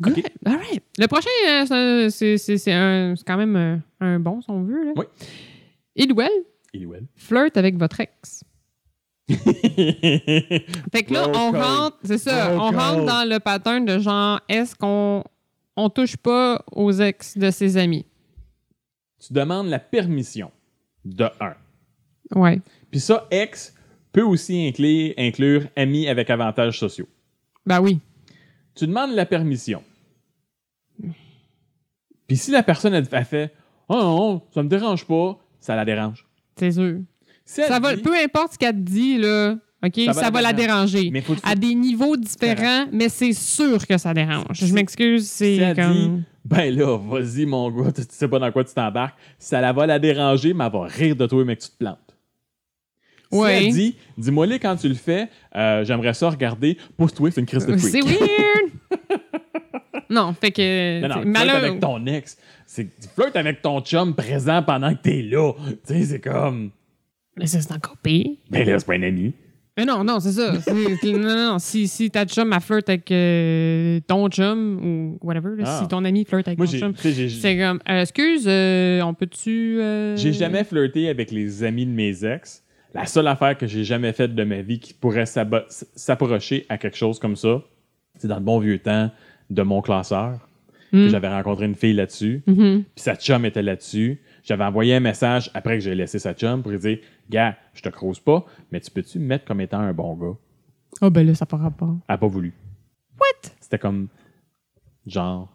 Speaker 1: Good.
Speaker 2: Ok.
Speaker 1: All right. Le prochain, euh, c'est un- c'est- c'est c'est un- c'est quand même euh, un bon, si on veut. Là.
Speaker 2: Oui.
Speaker 1: Il ou elle
Speaker 2: Il ou elle.
Speaker 1: flirte avec votre ex. Fait que là,
Speaker 2: Bro
Speaker 1: on
Speaker 2: code.
Speaker 1: rentre, c'est ça,
Speaker 2: Bro
Speaker 1: on rentre
Speaker 2: code.
Speaker 1: dans le pattern de genre, est-ce qu'on on touche pas aux ex de ses amis?
Speaker 2: tu demandes la permission de un.
Speaker 1: Ouais.
Speaker 2: Puis ça, ex peut aussi inclure, inclure amis avec avantages sociaux.
Speaker 1: Ben oui.
Speaker 2: Tu demandes la permission. Puis si la personne elle- elle fait Oh non, ça me dérange pas, ça la dérange.
Speaker 1: C'est sûr.
Speaker 2: Si elle
Speaker 1: Ça va,
Speaker 2: dit-
Speaker 1: peu importe ce qu'elle te dit, là, OK, ça va, la déranger.
Speaker 2: Mais faut que tu-
Speaker 1: À des niveaux différents, mais c'est sûr que ça dérange. Je
Speaker 2: Si-
Speaker 1: m'excuse,
Speaker 2: Si
Speaker 1: c'est
Speaker 2: elle
Speaker 1: comme.
Speaker 2: dit, ben là, vas-y, mon gars, tu tu sais pas dans quoi tu t'embarques, ça la va la déranger, mais elle va rire de toi, mais que tu te plantes. Si
Speaker 1: Ouais.
Speaker 2: elle dit, dis-moi les quand tu le fais, euh, j'aimerais ça regarder, pousse-toi, c'est une crise de
Speaker 1: C'est
Speaker 2: freak.
Speaker 1: weird! non, fait que.
Speaker 2: Non, non, tu flirtes
Speaker 1: malheur-
Speaker 2: avec ton ex. C'est tu flirtes avec ton chum présent pendant que t'es là. Tu sais, c'est comme,
Speaker 1: Mais ça, c'est encore pire.
Speaker 2: ben là, c'est pas un ami.
Speaker 1: Mais non, non, c'est ça. C'est- c'est- non, non, non. Si, si ta chum elle flirte avec euh, ton chum ou whatever, là,
Speaker 2: Ah.
Speaker 1: si ton ami flirte avec
Speaker 2: Moi,
Speaker 1: ton
Speaker 2: j'ai-
Speaker 1: chum,
Speaker 2: tu sais, j'ai j'ai-
Speaker 1: c'est comme, euh, excuse, euh, on peut-tu. euh,
Speaker 2: j'ai jamais flirté avec les amis de mes ex. La seule affaire que j'ai jamais faite de ma vie qui pourrait s'abo- s- s'approcher à quelque chose comme ça, c'est dans le bon vieux temps de mon classeur.
Speaker 1: Mm.
Speaker 2: que J'avais rencontré une fille là-dessus.
Speaker 1: Mhm.
Speaker 2: puis sa chum était là-dessus. J'avais envoyé un message après que j'ai laissé sa chum pour lui dire Gars, je te crouse pas, mais tu peux-tu me mettre comme étant un bon gars
Speaker 1: Ah, ben là, ça n'a pas rapport.
Speaker 2: Elle a pas voulu.
Speaker 1: What?
Speaker 2: C'était comme genre.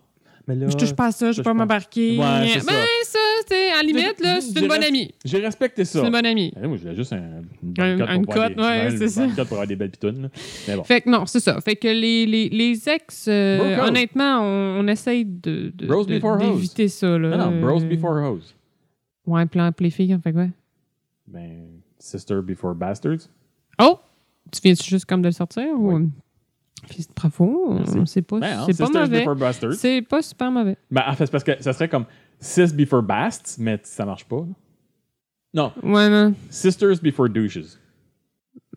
Speaker 2: Mais là,
Speaker 1: Je touche pas à ça, je peux
Speaker 2: touche
Speaker 1: pas
Speaker 2: pas.
Speaker 1: m'embarquer.
Speaker 2: Ouais, c'est
Speaker 1: ben,
Speaker 2: ça.
Speaker 1: ça, c'est à la limite, là, c'est
Speaker 2: J'ai
Speaker 1: une bonne
Speaker 2: res-
Speaker 1: amie.
Speaker 2: J'ai respecté ça.
Speaker 1: C'est une bonne amie.
Speaker 2: Ah, Moi, je voulais juste un, une
Speaker 1: Un-
Speaker 2: bonne cote
Speaker 1: une
Speaker 2: pour avoir
Speaker 1: cote,
Speaker 2: des-
Speaker 1: ouais,
Speaker 2: une
Speaker 1: c'est
Speaker 2: bonne
Speaker 1: ça.
Speaker 2: cote pour avoir des belles pitounes. là. Mais bon.
Speaker 1: Fait que non, c'est ça. Fait que les, les, les ex, euh,
Speaker 2: Bro code.
Speaker 1: honnêtement, on, on essaye de, de-
Speaker 2: Bros
Speaker 1: de-
Speaker 2: before hoes.
Speaker 1: d'éviter ça. Là.
Speaker 2: Non, non, bros
Speaker 1: Euh,
Speaker 2: before hoes.
Speaker 1: Ouais, plan les filles, on fait quoi?
Speaker 2: Ben, sister before bastards.
Speaker 1: Oh! Tu viens juste comme de le sortir? Ou... Puis c'est bravo,
Speaker 2: Merci.
Speaker 1: c'est pas,
Speaker 2: Ben, hein,
Speaker 1: c'est pas
Speaker 2: sisters
Speaker 1: mauvais.
Speaker 2: before bastards.
Speaker 1: C'est pas super mauvais.
Speaker 2: Ben, en fait, c'est parce que ça serait comme sis before basts, mais ça marche pas. là. Non,
Speaker 1: Ouais, non.
Speaker 2: sisters before douches.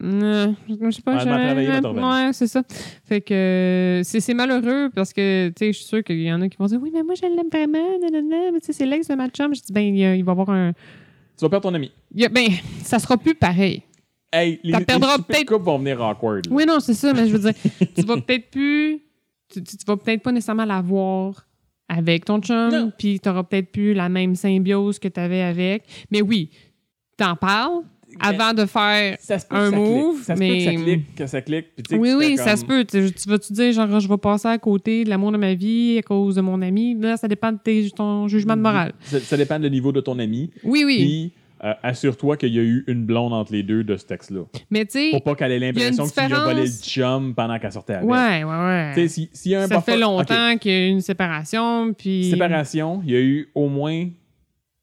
Speaker 1: Non, je sais pas.
Speaker 2: Ouais,
Speaker 1: j'aurais-
Speaker 2: va travailler, va te revenir.
Speaker 1: ouais, c'est ça. Fait que euh, c'est c'est malheureux parce que, tu sais, je suis sûre qu'il y en a qui vont dire Oui, mais moi, je l'aime vraiment. nanana, mais tu sais, c'est l'ex de ma chum. Je dis Ben, il, y a- il va avoir un.
Speaker 2: Tu vas perdre ton ami.
Speaker 1: il y a- ben, ça sera plus pareil.
Speaker 2: Hey, les,
Speaker 1: T'en
Speaker 2: les
Speaker 1: perdras
Speaker 2: super
Speaker 1: peut-être-
Speaker 2: couples vont venir awkward. là.
Speaker 1: Oui, non, c'est ça, mais je veux dire, tu vas peut-être plus. Tu, tu- tu vas peut-être pas nécessairement l'avoir avec ton chum,
Speaker 2: Non.
Speaker 1: puis tu auras peut-être plus la même symbiose que tu avais avec. Mais oui, t'en parles avant de faire.
Speaker 2: Ça se peut
Speaker 1: Un
Speaker 2: que ça
Speaker 1: move,
Speaker 2: clique. Ça se peut
Speaker 1: mais-
Speaker 2: que ça clique, que ça clique. puis tu sais que
Speaker 1: Oui,
Speaker 2: tu
Speaker 1: oui,
Speaker 2: fais
Speaker 1: ça
Speaker 2: comme-
Speaker 1: se peut. Tu, tu vas-tu dire, genre, je vais passer à côté de l'amour de ma vie à cause de mon ami? Là, ça dépend de tes- ton jugement de morale.
Speaker 2: Ça, ça dépend du niveau de ton ami.
Speaker 1: Oui, oui.
Speaker 2: Puis, euh, assure-toi qu'il y a eu une blonde entre les deux de ce texte-là.
Speaker 1: Mais tu sais,
Speaker 2: Pour pas qu'elle ait
Speaker 1: une
Speaker 2: l'impression qu'il a volé le
Speaker 1: différence.
Speaker 2: chum pendant qu'elle sortait avec.
Speaker 1: ouais, ouais,
Speaker 2: Tu
Speaker 1: ouais.
Speaker 2: sais, si- s'il y a un
Speaker 1: ça
Speaker 2: buffer-
Speaker 1: fait
Speaker 2: OK.
Speaker 1: longtemps qu'il y a eu une séparation, puis...
Speaker 2: Séparation, il y a eu au moins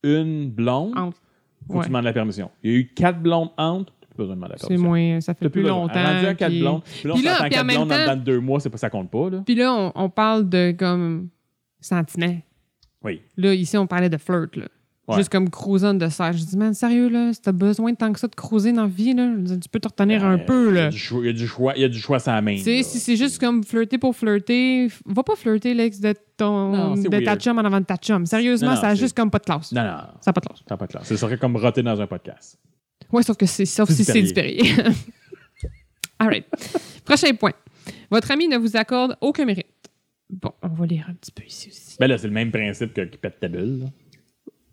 Speaker 2: une blonde.
Speaker 1: Entre.
Speaker 2: Faut que
Speaker 1: Ah, Ouais.
Speaker 2: tu demandes la permission. Il y a eu quatre blondes entre. T'as plus besoin de demander la
Speaker 1: C'est
Speaker 2: permission.
Speaker 1: moins... Ça fait
Speaker 2: T'as
Speaker 1: plus
Speaker 2: besoin.
Speaker 1: longtemps.
Speaker 2: Rendu à quatre
Speaker 1: puis-
Speaker 2: blondes. Puis là, on
Speaker 1: Puis là,
Speaker 2: s'entend
Speaker 1: puis en
Speaker 2: quatre
Speaker 1: même
Speaker 2: blondes en
Speaker 1: temps-
Speaker 2: dedans de deux mois, c'est pas, ça compte pas, là.
Speaker 1: Puis là, on, on parle de comme sentiment.
Speaker 2: Oui.
Speaker 1: Là, ici, on parlait de flirt, là.
Speaker 2: Ouais.
Speaker 1: Juste comme cruisant de ça. Je dis, man, sérieux, là, si t'as besoin de tant que ça de cruiser dans la vie, là, je veux dire, tu peux te retenir un
Speaker 2: Euh,
Speaker 1: peu,
Speaker 2: Il y a
Speaker 1: là.
Speaker 2: du choix- il y a du choix, il y a du choix sans la main.
Speaker 1: Tu sais,
Speaker 2: là.
Speaker 1: si c'est juste comme flirter pour flirter, f- va pas flirter l'ex de ton
Speaker 2: Non, c'est
Speaker 1: de ta
Speaker 2: weird.
Speaker 1: chum en avant de ta chum. Sérieusement,
Speaker 2: Non, non,
Speaker 1: ça a
Speaker 2: c'est-
Speaker 1: juste comme pas de classe.
Speaker 2: Non, non,
Speaker 1: Ça a pas de classe.
Speaker 2: t'as pas de classe. Ce serait comme roter dans un podcast.
Speaker 1: Ouais, sauf que c'est sauf
Speaker 2: C'est
Speaker 1: si c'est
Speaker 2: du
Speaker 1: dispérié. All right. Prochain point. Votre ami ne vous accorde aucun mérite. Bon, on va lire un petit peu ici aussi.
Speaker 2: Ben là, c'est le même principe que qui pète ta bulle. là.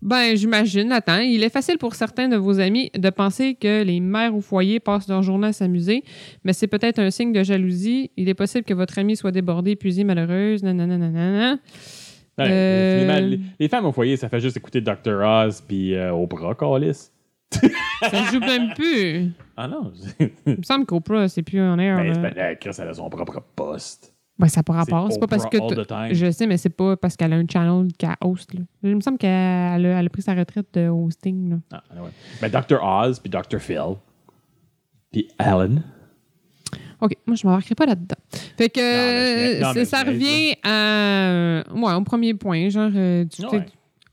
Speaker 1: Ben, j'imagine. Attends, il est facile pour certains de vos amis de penser que les mères au foyer passent leur journée à s'amuser, mais c'est peut-être un signe de jalousie. Il est possible que votre amie soit débordée, épuisée, malheureuse, nanana, nanana.
Speaker 2: Ouais,
Speaker 1: Euh,
Speaker 2: finalement, les, les femmes au foyer, ça fait juste écouter Dr. Oz puis euh, Oprah, Callis.
Speaker 1: Ça joue même plus.
Speaker 2: Ah non, c'est-
Speaker 1: Il me semble qu'Oprah, c'est plus en air.
Speaker 2: ben, c'est
Speaker 1: là.
Speaker 2: pas- la Chris, elle a son propre poste.
Speaker 1: Ben, ça pourra rapport. C'est pas parce
Speaker 2: Oprah
Speaker 1: que.
Speaker 2: all
Speaker 1: t-
Speaker 2: the time.
Speaker 1: Je sais, mais c'est pas parce qu'elle a un channel qu'elle host. Là. Il me semble qu'elle elle a, elle a pris sa retraite de hosting. là.
Speaker 2: Ah, anyway. Ben, Dr. Oz puis Dr. Phil puis Alan.
Speaker 1: OK, moi, je ne m'embarquerai pas là-dedans. Fait que
Speaker 2: mais je- non,
Speaker 1: euh,
Speaker 2: mais
Speaker 1: ça- ça
Speaker 2: je niaise,
Speaker 1: revient à. euh, ouais, au premier point, genre, euh, tu
Speaker 2: Ouais.
Speaker 1: t'es-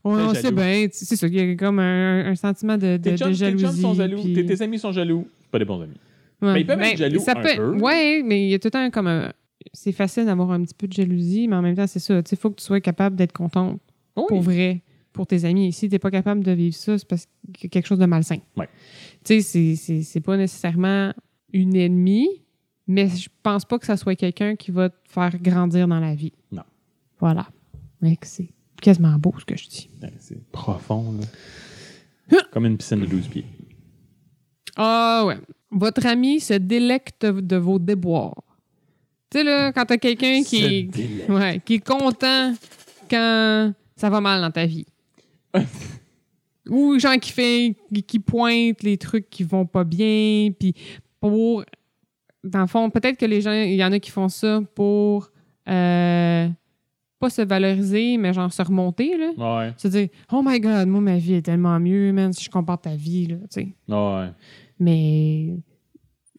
Speaker 1: Ouais, on
Speaker 2: T'es
Speaker 1: sait
Speaker 2: jaloux.
Speaker 1: bien, tu- c'est ça, il y a comme un, un sentiment de, de-
Speaker 2: Tes
Speaker 1: de
Speaker 2: chums, tes chums
Speaker 1: jalousie.
Speaker 2: sont jaloux.
Speaker 1: puis-
Speaker 2: Tes, Ben, tes amis sont jaloux. C'est pas des bons amis.
Speaker 1: Ouais.
Speaker 2: mais ils peuvent être jaloux un peu.
Speaker 1: Ben, Ouais, mais il y a tout le temps comme un- C'est facile d'avoir un petit peu de jalousie, mais en même temps, c'est ça. Il faut que tu sois capable d'être content pour vrai pour tes amis. Et si tu n'es pas capable de vivre ça, c'est parce qu'il y a quelque chose de malsain.
Speaker 2: Ouais.
Speaker 1: Tu sais, c'est- c'est- c'est pas nécessairement une ennemie, mais je pense pas que ça soit quelqu'un qui va te faire grandir dans la vie.
Speaker 2: Non.
Speaker 1: Voilà. Mec, c'est quasiment beau ce que je dis.
Speaker 2: Ouais, C'est profond, là. Comme une piscine de 12 pieds.
Speaker 1: Ah ouais. Votre ami se délecte de vos déboires. Tu sais, là, quand t'as quelqu'un qui,
Speaker 2: Se délecte.
Speaker 1: ouais, qui est content quand ça va mal dans ta vie. Ou genre qui fait qui pointe les trucs qui vont pas bien, puis pour dans le fond, peut-être que les gens, il y en a qui font ça pour euh, pas se valoriser, mais genre se remonter là.
Speaker 2: Ouais,
Speaker 1: Se dire "Oh my god, moi ma vie est tellement mieux, man, si je compare ta vie là", tu sais. Euh,
Speaker 2: ouais.
Speaker 1: Mais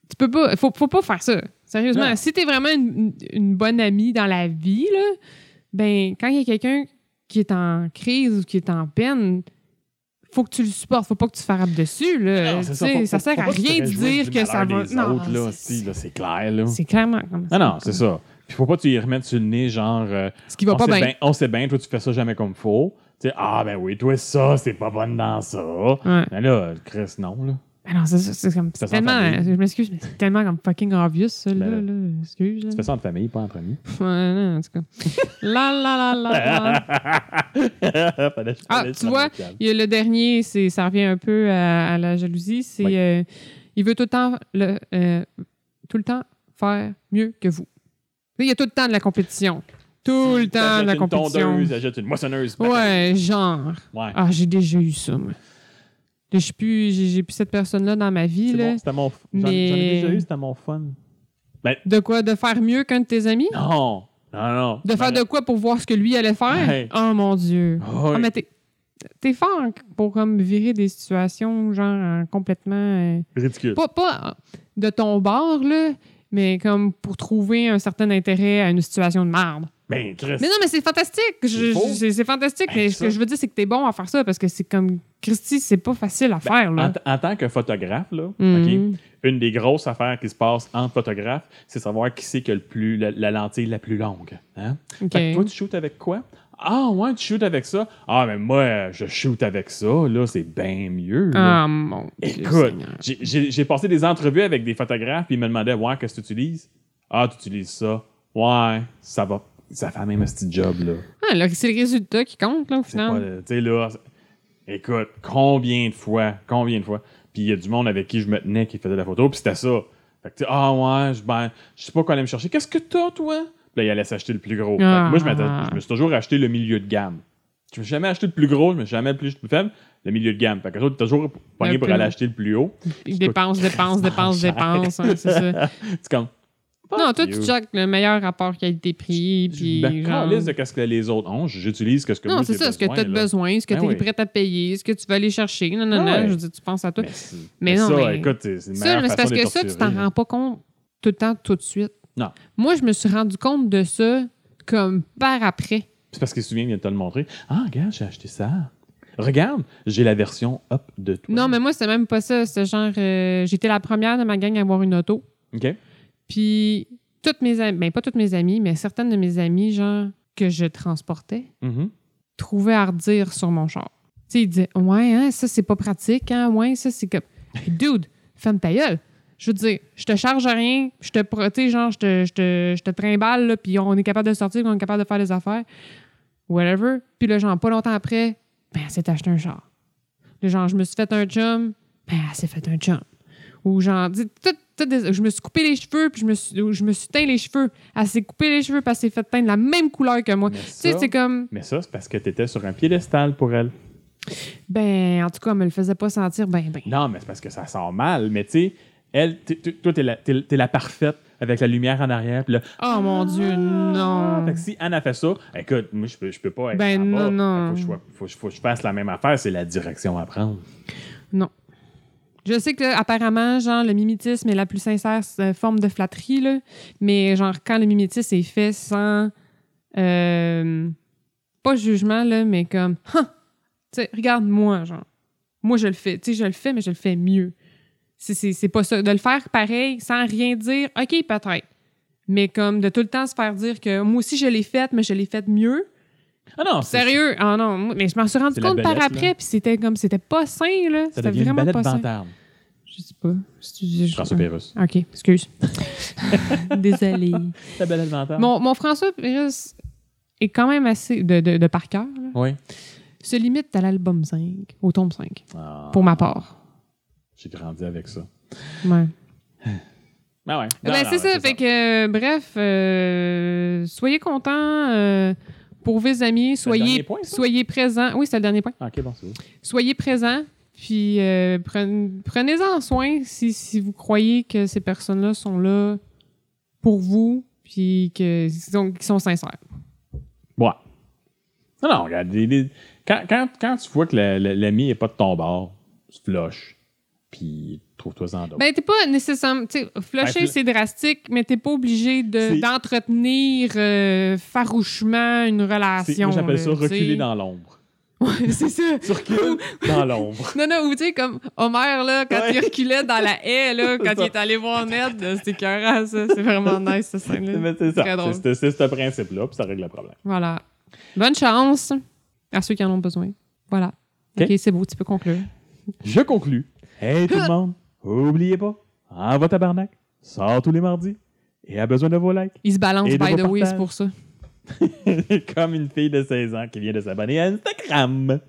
Speaker 1: tu peux pas. Faut, faut pas faire ça. Sérieusement,
Speaker 2: Non.
Speaker 1: si t'es vraiment une, une bonne amie dans la vie, là, ben quand il y a quelqu'un qui est en crise ou qui est en peine, faut que tu le supportes. Faut pas que tu frappes dessus. Là.
Speaker 2: Non, c'est
Speaker 1: Tu sais,
Speaker 2: faut-
Speaker 1: ça
Speaker 2: faut-
Speaker 1: sert
Speaker 2: faut
Speaker 1: à
Speaker 2: pas se
Speaker 1: rien de
Speaker 2: réjouir
Speaker 1: dire
Speaker 2: du
Speaker 1: que ça va.
Speaker 2: malheur des autres, là,
Speaker 1: c'est-
Speaker 2: aussi, là, c'est clair, là.
Speaker 1: c'est clairement comme ça.
Speaker 2: Ah non, c'est ça. Puis faut pas que tu y remettes sur le nez, genre. euh,
Speaker 1: Ce qui va
Speaker 2: on,
Speaker 1: pas
Speaker 2: sait
Speaker 1: bien.
Speaker 2: bien- on sait bien, toi, tu fais ça jamais comme faut. Tu sais, ah, ben oui, toi, ça, c'est pas bonne dans ça.
Speaker 1: Ouais.
Speaker 2: Mais là, Chris, non, là.
Speaker 1: Ben non, c'est- c'est c'est comme.
Speaker 2: Ça
Speaker 1: C'est
Speaker 2: sent
Speaker 1: tellement.
Speaker 2: familier.
Speaker 1: euh, Je m'excuse, mais c'est tellement comme fucking obvious, ça, là.
Speaker 2: Ben,
Speaker 1: là. Excuse. là.
Speaker 2: Tu fais ça en famille, pas entre amis.
Speaker 1: Ouais, non, en tout cas. la la la la la.
Speaker 2: Fallait-
Speaker 1: Ah,
Speaker 2: fallait-
Speaker 1: tu vois, il y a le dernier, c'est, ça revient un peu à, à la jalousie. C'est
Speaker 2: Oui.
Speaker 1: euh, il veut tout le temps, le, euh, tout le temps faire mieux que vous. Il y a tout le temps de la compétition. Tout le temps de la
Speaker 2: Achète une
Speaker 1: compétition.
Speaker 2: tondeuse, achète une moissonneuse.
Speaker 1: Ouais, genre.
Speaker 2: Ouais.
Speaker 1: Ah, j'ai déjà eu ça, moi. Je suis plus, j'ai, j'ai plus cette personne-là dans ma vie.
Speaker 2: C'est
Speaker 1: là.
Speaker 2: bon, c'était mon. f- J'en j'en ai
Speaker 1: Mais-
Speaker 2: déjà eu, c'était mon fun.
Speaker 1: De quoi? De faire mieux qu'un de tes amis?
Speaker 2: Non, Ben, non, non.
Speaker 1: De faire de quoi pour voir ce que lui allait faire?
Speaker 2: Ouais.
Speaker 1: Oh mon Dieu.
Speaker 2: Ouais.
Speaker 1: Ah, mais t'es, t'es fort pour comme virer des situations genre euh, complètement. euh,
Speaker 2: Ridicule.
Speaker 1: pas, pas de ton bord, là, mais comme pour trouver un certain intérêt à une situation de merde.
Speaker 2: Ben, Chris.
Speaker 1: Mais non, mais c'est fantastique. Je-
Speaker 2: C'est faux.
Speaker 1: je- C'est c'est fantastique.
Speaker 2: Ben,
Speaker 1: mais
Speaker 2: ça.
Speaker 1: ce que je veux dire, c'est que t'es bon à faire ça parce que c'est comme. Christy, c'est pas facile à faire,
Speaker 2: En,
Speaker 1: là.
Speaker 2: t- en tant que photographe, là,
Speaker 1: Mhm.
Speaker 2: OK, une des grosses affaires qui se passe entre photographes, c'est savoir qui c'est qui a le plus, la, la lentille la plus longue. Hein?
Speaker 1: OK.
Speaker 2: Fait que toi, tu shootes avec quoi? Ah, ouais, tu shootes avec ça. Ah, mais moi, euh, je shoot avec ça. Là, c'est bien mieux. là.
Speaker 1: Ah, mon Dieu
Speaker 2: Écoute,
Speaker 1: Seigneur.
Speaker 2: j'ai- j'ai j'ai passé des entrevues avec des photographes, puis ils me demandaient, ouais, qu'est-ce que tu utilises? Ah, tu utilises ça. Ouais, ça va. Ça fait la même petit job, là.
Speaker 1: Ah, là, c'est le résultat qui compte, là, au
Speaker 2: C'est pas
Speaker 1: final.
Speaker 2: le- Tu sais, là, c'est- écoute, combien de fois, combien de fois. Puis il y a du monde avec qui je me tenais qui faisait de la photo, puis c'était ça. Fait que, tu sais, ah ouais, je, ben, je sais pas quoi aller me chercher. Qu'est-ce que t'as, toi? Puis là, il allait s'acheter le plus gros. Fait que
Speaker 1: Ah.
Speaker 2: Moi, je, m'attendais- je me suis toujours acheté le milieu de gamme. Je vais jamais acheter le plus gros, je vais jamais acheter le plus faible. Le milieu de gamme. Fait que les autres, t'es toujours pogné
Speaker 1: Le
Speaker 2: pour
Speaker 1: plus-
Speaker 2: aller acheter le plus haut.
Speaker 1: Ils dépensent, dépensent, dépensent,
Speaker 2: cher.
Speaker 1: dépensent. hein, c'est ça.
Speaker 2: C'est comme.
Speaker 1: Non, toi, tu
Speaker 2: you.
Speaker 1: checkes le meilleur rapport qualité-prix.
Speaker 2: Je
Speaker 1: Puis,
Speaker 2: me
Speaker 1: genre...
Speaker 2: calisse de qu'est-ce que les autres ont. J'utilise que ce que
Speaker 1: Non,
Speaker 2: moi,
Speaker 1: c'est
Speaker 2: j'ai
Speaker 1: ça, ce que tu as
Speaker 2: là.
Speaker 1: besoin, ce que
Speaker 2: Ben
Speaker 1: tu es
Speaker 2: oui.
Speaker 1: prêt à payer, ce que tu vas aller chercher. Non, non,
Speaker 2: Ah
Speaker 1: non,
Speaker 2: ouais.
Speaker 1: je veux dire, tu penses à toi.
Speaker 2: Mais, c'est-
Speaker 1: Mais
Speaker 2: mais
Speaker 1: non,
Speaker 2: ça,
Speaker 1: mais-
Speaker 2: écoute, c'est c'est la
Speaker 1: Ça,
Speaker 2: meilleure
Speaker 1: mais c'est
Speaker 2: façon
Speaker 1: parce
Speaker 2: de
Speaker 1: que ça, tu t'en
Speaker 2: torturer.
Speaker 1: rends pas compte tout le temps, tout de suite.
Speaker 2: Non.
Speaker 1: Moi, je me suis rendu compte de ça comme par après.
Speaker 2: C'est parce qu'il se souvient, il vient de te le montrer. Ah, regarde, j'ai acheté ça. Regarde, j'ai la version up de toi.
Speaker 1: Non, mais moi, c'est même pas ça. C'est genre, euh, j'étais la première de ma gang à avoir une auto.
Speaker 2: OK?
Speaker 1: Puis, toutes mes amies, ben pas toutes mes amies, mais certaines de mes amies, genre, que je transportais,
Speaker 2: Mhm.
Speaker 1: trouvaient à redire sur mon char. Tu sais, ils disaient, ouais, hein, ça, c'est pas pratique, hein, ouais, ça, c'est comme. Hey, dude, femme ta gueule. Je veux dire, je te charge rien, je te protège, genre, je te, je te, je te trimballe, là, puis on est capable de sortir, puis on est capable de faire des affaires. Whatever. Puis le genre, pas longtemps après, ben, elle s'est acheté un char. Le genre, je me suis fait un chum, ben, elle s'est fait un chum. Ou genre, dis- tout- tout des- je me suis coupé les cheveux, puis je me suis, ou je me suis teint les cheveux. Elle s'est coupé les cheveux, puis elle s'est fait teindre la même couleur que moi.
Speaker 2: Mais
Speaker 1: Tu sais,
Speaker 2: ça-
Speaker 1: c'est comme.
Speaker 2: Mais ça, c'est parce que t'étais sur un piédestal pour elle.
Speaker 1: Ben, en tout cas, elle me le faisait pas sentir ben, ben.
Speaker 2: Non, mais c'est parce que ça sent mal. Mais tu sais, elle, t'es- t'es- toi, t'es la, t'es- t'es la parfaite avec la lumière en arrière. Puis là,
Speaker 1: Oh mon Dieu, non.
Speaker 2: Fait que si Anne a fait ça, écoute, moi, je peux, je peux pas être
Speaker 1: Ben,
Speaker 2: en
Speaker 1: non,
Speaker 2: bas.
Speaker 1: non.
Speaker 2: Faut que je sois- faut que je- faut que je fasse la même affaire. C'est la direction à prendre.
Speaker 1: Non. Je sais que, apparemment, genre, le mimétisme est la plus sincère euh, forme de flatterie, là. Mais, genre, quand le mimétisme est fait sans. euh, pas jugement, là, mais comme. Huh! Tu sais, regarde-moi, genre. Moi, je le fais. Tu sais, je le fais, mais je le fais mieux. C'est- C'est c'est pas ça. De le faire pareil, sans rien dire, OK, peut-être. Mais comme de tout le temps se faire dire que moi aussi, je l'ai faite, mais je l'ai faite mieux.
Speaker 2: Ah non, c'est-
Speaker 1: Sérieux? Ah non, moi- mais je m'en suis rendu
Speaker 2: C'est la
Speaker 1: compte par
Speaker 2: belette,
Speaker 1: après,
Speaker 2: là.
Speaker 1: puis c'était comme, c'était pas sain, là.
Speaker 2: Ça
Speaker 1: C'était
Speaker 2: devient une
Speaker 1: vraiment
Speaker 2: balade
Speaker 1: pas sain.
Speaker 2: vantarde.
Speaker 1: Je sais pas. Je- je-
Speaker 2: François Pérus.
Speaker 1: Ok, excuse. Désolée.
Speaker 2: La balade vantarde.
Speaker 1: Mon, mon François Pérus est quand même assez de, de, de par cœur. là.
Speaker 2: Oui.
Speaker 1: Se limite à l'album 5, au tombe 5,
Speaker 2: Ah,
Speaker 1: pour ma part.
Speaker 2: J'ai grandi avec ça.
Speaker 1: Ouais.
Speaker 2: Ah ouais. Non,
Speaker 1: Ben,
Speaker 2: non,
Speaker 1: c'est
Speaker 2: ouais,
Speaker 1: ça, fait que, euh, bref, euh, soyez contents euh, pour vos amis,
Speaker 2: le
Speaker 1: soyez,
Speaker 2: dernier point, ça?
Speaker 1: soyez présents. Oui, c'est le dernier point.
Speaker 2: Ah, ok, bon, c'est bon.
Speaker 1: soyez présents, puis euh, pren- prenez-en soin si, si vous croyez que ces personnes-là sont là pour vous, puis que- qu'ils sont, qu'ils sont sincères.
Speaker 2: Ouais. Non, non, regarde. les- les- Quand, quand, quand tu vois que la- la- l'ami est pas de ton bord, tu flushes. Puis trouve-toi-en d'autres.
Speaker 1: Ben, t'es pas nécessairement. Tu sais, flusher,
Speaker 2: Ben, fl-
Speaker 1: c'est drastique, mais t'es pas obligé de-
Speaker 2: C'est-
Speaker 1: d'entretenir euh, farouchement une
Speaker 2: C'est-
Speaker 1: relation.
Speaker 2: moi, j'appelle
Speaker 1: là,
Speaker 2: ça
Speaker 1: tu sais.
Speaker 2: reculer dans l'ombre.
Speaker 1: Ouais, c'est ça.
Speaker 2: Tu recules dans l'ombre.
Speaker 1: Non, non, ou tu sais, comme Homer, là, quand
Speaker 2: Ouais.
Speaker 1: il reculait dans la haie, là, quand il est allé voir Ned, là, c'était écœurant, ça. C'est vraiment nice, cette scène-là.
Speaker 2: Mais C'est ça.
Speaker 1: Très drôle.
Speaker 2: C'est- C'est c'est ce principe-là, puis ça règle le problème.
Speaker 1: Voilà. Bonne chance à ceux qui en ont besoin. Voilà. OK,
Speaker 2: OK.
Speaker 1: c'est beau, tu peux conclure.
Speaker 2: Je conclus. Hey tout le monde, oubliez pas, envoie tabarnak, sort tous les mardis et a besoin de vos likes.
Speaker 1: Ils se balancent,
Speaker 2: Et des
Speaker 1: by the way,
Speaker 2: reportages.
Speaker 1: c'est pour ça.
Speaker 2: comme une fille de 16 ans qui vient de s'abonner à Instagram.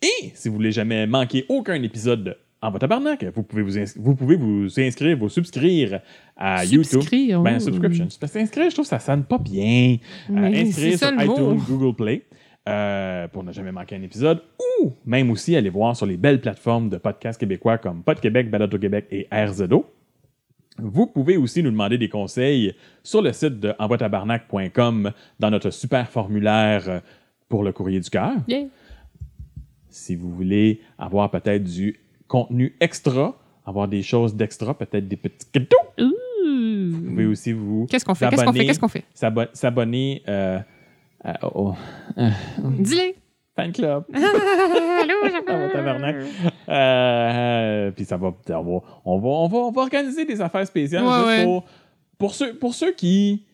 Speaker 2: Et si vous voulez jamais manquer aucun épisode de En votre tabarnak, vous pouvez vous, ins- vous pouvez vous inscrire, vous subscrire à YouTube.
Speaker 1: Subscrire, oh.
Speaker 2: Ben,
Speaker 1: oui.
Speaker 2: subscription. C'est Parce que inscrire, je trouve que ça sonne pas bien. Euh,
Speaker 1: Mais c'est
Speaker 2: inscrire
Speaker 1: ça
Speaker 2: sur
Speaker 1: le mot.
Speaker 2: iTunes, Google Play euh, pour ne jamais manquer un épisode. Ou même aussi aller voir sur les belles plateformes de podcasts québécois comme Pod Québec, Balado Québec et RZO. Vous pouvez aussi nous demander des conseils sur le site de envoitabarnac.com dans notre super formulaire euh, pour le courrier du cœur.
Speaker 1: Yeah.
Speaker 2: Si vous voulez avoir peut-être du contenu extra, avoir des choses d'extra, peut-être des petits cadeaux, vous pouvez aussi vous
Speaker 1: Qu'est-ce qu'on fait? Qu'est-ce qu'on fait?
Speaker 2: abonner-
Speaker 1: Qu'est-ce qu'on fait?
Speaker 2: s'abo- s'abonner euh, à- au
Speaker 1: Dis-le.
Speaker 2: fan club.
Speaker 1: Allô,
Speaker 2: Ah, mon tabarnak. Euh, euh, puis ça va, on va, on va, on va, on va organiser des affaires spéciales
Speaker 1: Ouais,
Speaker 2: juste
Speaker 1: ouais.
Speaker 2: pour, pour ceux, pour ceux qui,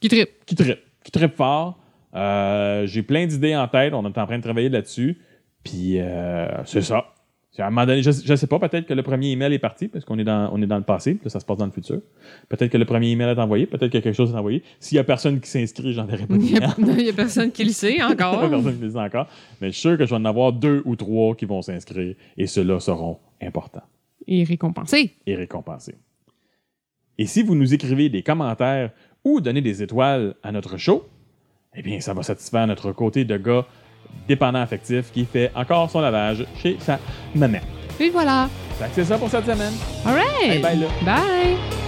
Speaker 1: Qui tripe.
Speaker 2: qui trippent, qui trippent fort. Euh, J'ai plein d'idées en tête, on est en train de travailler là-dessus. Puis euh, c'est ça. C'est À un moment donné, je, je sais pas, peut-être que le premier email est parti parce qu'on est dans, on est dans le passé, puis là, ça se passe dans le futur. Peut-être que le premier email est envoyé, peut-être que quelque chose est envoyé. S'il y a personne qui s'inscrit, j'enverrai pas
Speaker 1: Il n'y
Speaker 2: d'email.
Speaker 1: a, non, il y a personne qui le sait encore.
Speaker 2: Pas personne qui le sait encore. Mais je suis sûr que je vais en avoir deux ou trois qui vont s'inscrire et ceux-là seront importants
Speaker 1: Et récompensé.
Speaker 2: et récompensés. Et si vous nous écrivez des commentaires ou donnez des étoiles à notre show, Eh bien, ça va satisfaire notre côté de gars dépendant affectif qui fait encore son lavage chez sa maman.
Speaker 1: Et voilà.
Speaker 2: Fait que C'est ça pour cette semaine.
Speaker 1: All right.
Speaker 2: Hey, bye, là.
Speaker 1: Bye.